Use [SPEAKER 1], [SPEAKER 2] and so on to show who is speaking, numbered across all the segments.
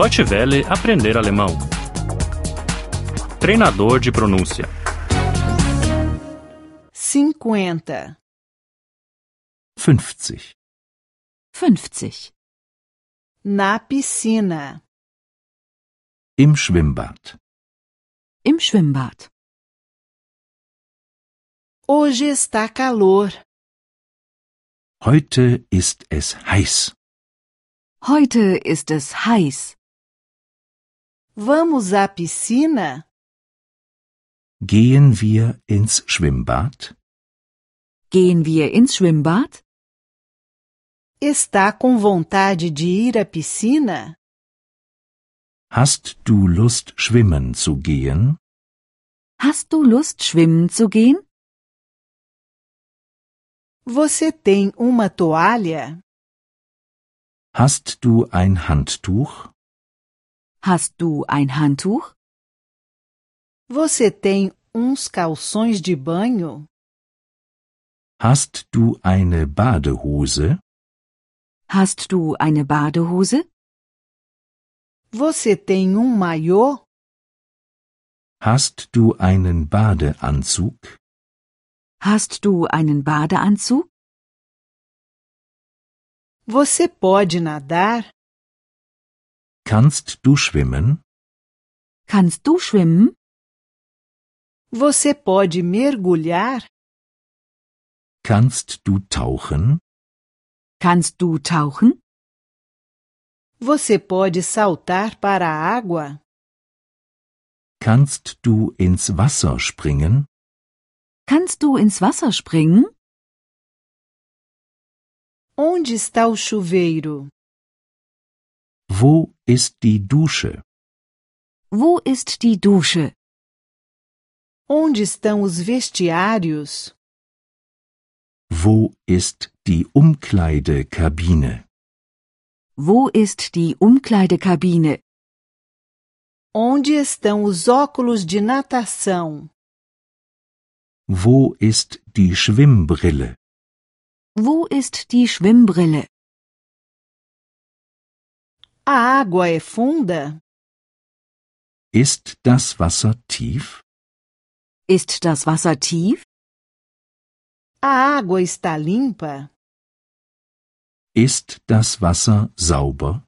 [SPEAKER 1] Deutsche Welle aprender alemão. Treinador de pronúncia.
[SPEAKER 2] cinquenta,
[SPEAKER 3] 50.
[SPEAKER 4] 50.
[SPEAKER 2] na piscina,
[SPEAKER 3] Im Schwimmbad.
[SPEAKER 4] Im Schwimmbad.
[SPEAKER 2] hoje está calor,
[SPEAKER 3] Heute ist es heiß.
[SPEAKER 4] Heute ist es heiß.
[SPEAKER 2] vamos à piscina,
[SPEAKER 3] Gehen wir ins Schwimmbad?
[SPEAKER 4] Gehen wir ins Schwimmbad?
[SPEAKER 2] está com vontade de ir à piscina,
[SPEAKER 3] Hast du Lust, schwimmen zu gehen?
[SPEAKER 4] Hast du Lust, schwimmen zu gehen?
[SPEAKER 2] você tem uma toalha,
[SPEAKER 3] Hast du ein Handtuch?
[SPEAKER 4] Hast du ein Handtuch?
[SPEAKER 2] você tem uns calções de banho,
[SPEAKER 3] Hast du eine Badehose?
[SPEAKER 4] Hast du eine Badehose?
[SPEAKER 2] você tem um maiô,
[SPEAKER 3] Hast du einen Badeanzug?
[SPEAKER 4] Hast du einen Badeanzug?
[SPEAKER 2] você pode nadar,
[SPEAKER 3] Kannst du schwimmen?
[SPEAKER 4] Kannst du schwimmen?
[SPEAKER 2] você pode mergulhar,
[SPEAKER 3] Kannst du tauchen?
[SPEAKER 4] Kannst du tauchen?
[SPEAKER 2] você pode saltar para a água,
[SPEAKER 3] Kannst du ins Wasser springen?
[SPEAKER 4] Kannst du ins Wasser springen?
[SPEAKER 2] onde está o chuveiro?
[SPEAKER 3] Wo ist die Dusche?
[SPEAKER 4] Wo ist die Dusche?
[SPEAKER 2] Onde estão os vestiários?
[SPEAKER 3] Wo ist die Umkleidekabine?
[SPEAKER 4] Wo ist die Umkleidekabine?
[SPEAKER 2] Onde estão os óculos de natação?
[SPEAKER 3] Wo ist die Schwimmbrille?
[SPEAKER 4] Wo ist die Schwimmbrille?
[SPEAKER 2] A água é funda?
[SPEAKER 3] Ist das Wasser tief?
[SPEAKER 4] Ist das Wasser tief?
[SPEAKER 2] A água está limpa?
[SPEAKER 3] Ist das Wasser sauber?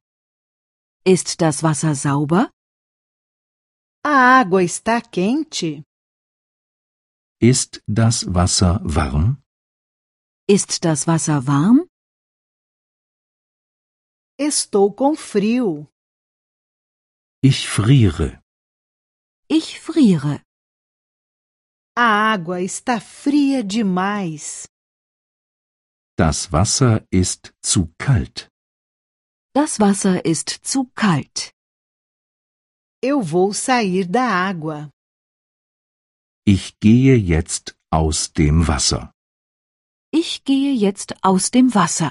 [SPEAKER 4] Ist das Wasser sauber?
[SPEAKER 2] A água está quente?
[SPEAKER 3] Ist das Wasser warm?
[SPEAKER 4] Ist das Wasser warm?
[SPEAKER 2] Estou com frio.
[SPEAKER 3] Ich friere.
[SPEAKER 4] Ich friere.
[SPEAKER 2] A água está fria demais.
[SPEAKER 3] Das Wasser ist zu kalt.
[SPEAKER 4] Das Wasser ist zu kalt.
[SPEAKER 2] Eu vou sair da água.
[SPEAKER 3] Ich gehe jetzt aus dem Wasser.
[SPEAKER 4] Ich gehe jetzt aus dem Wasser.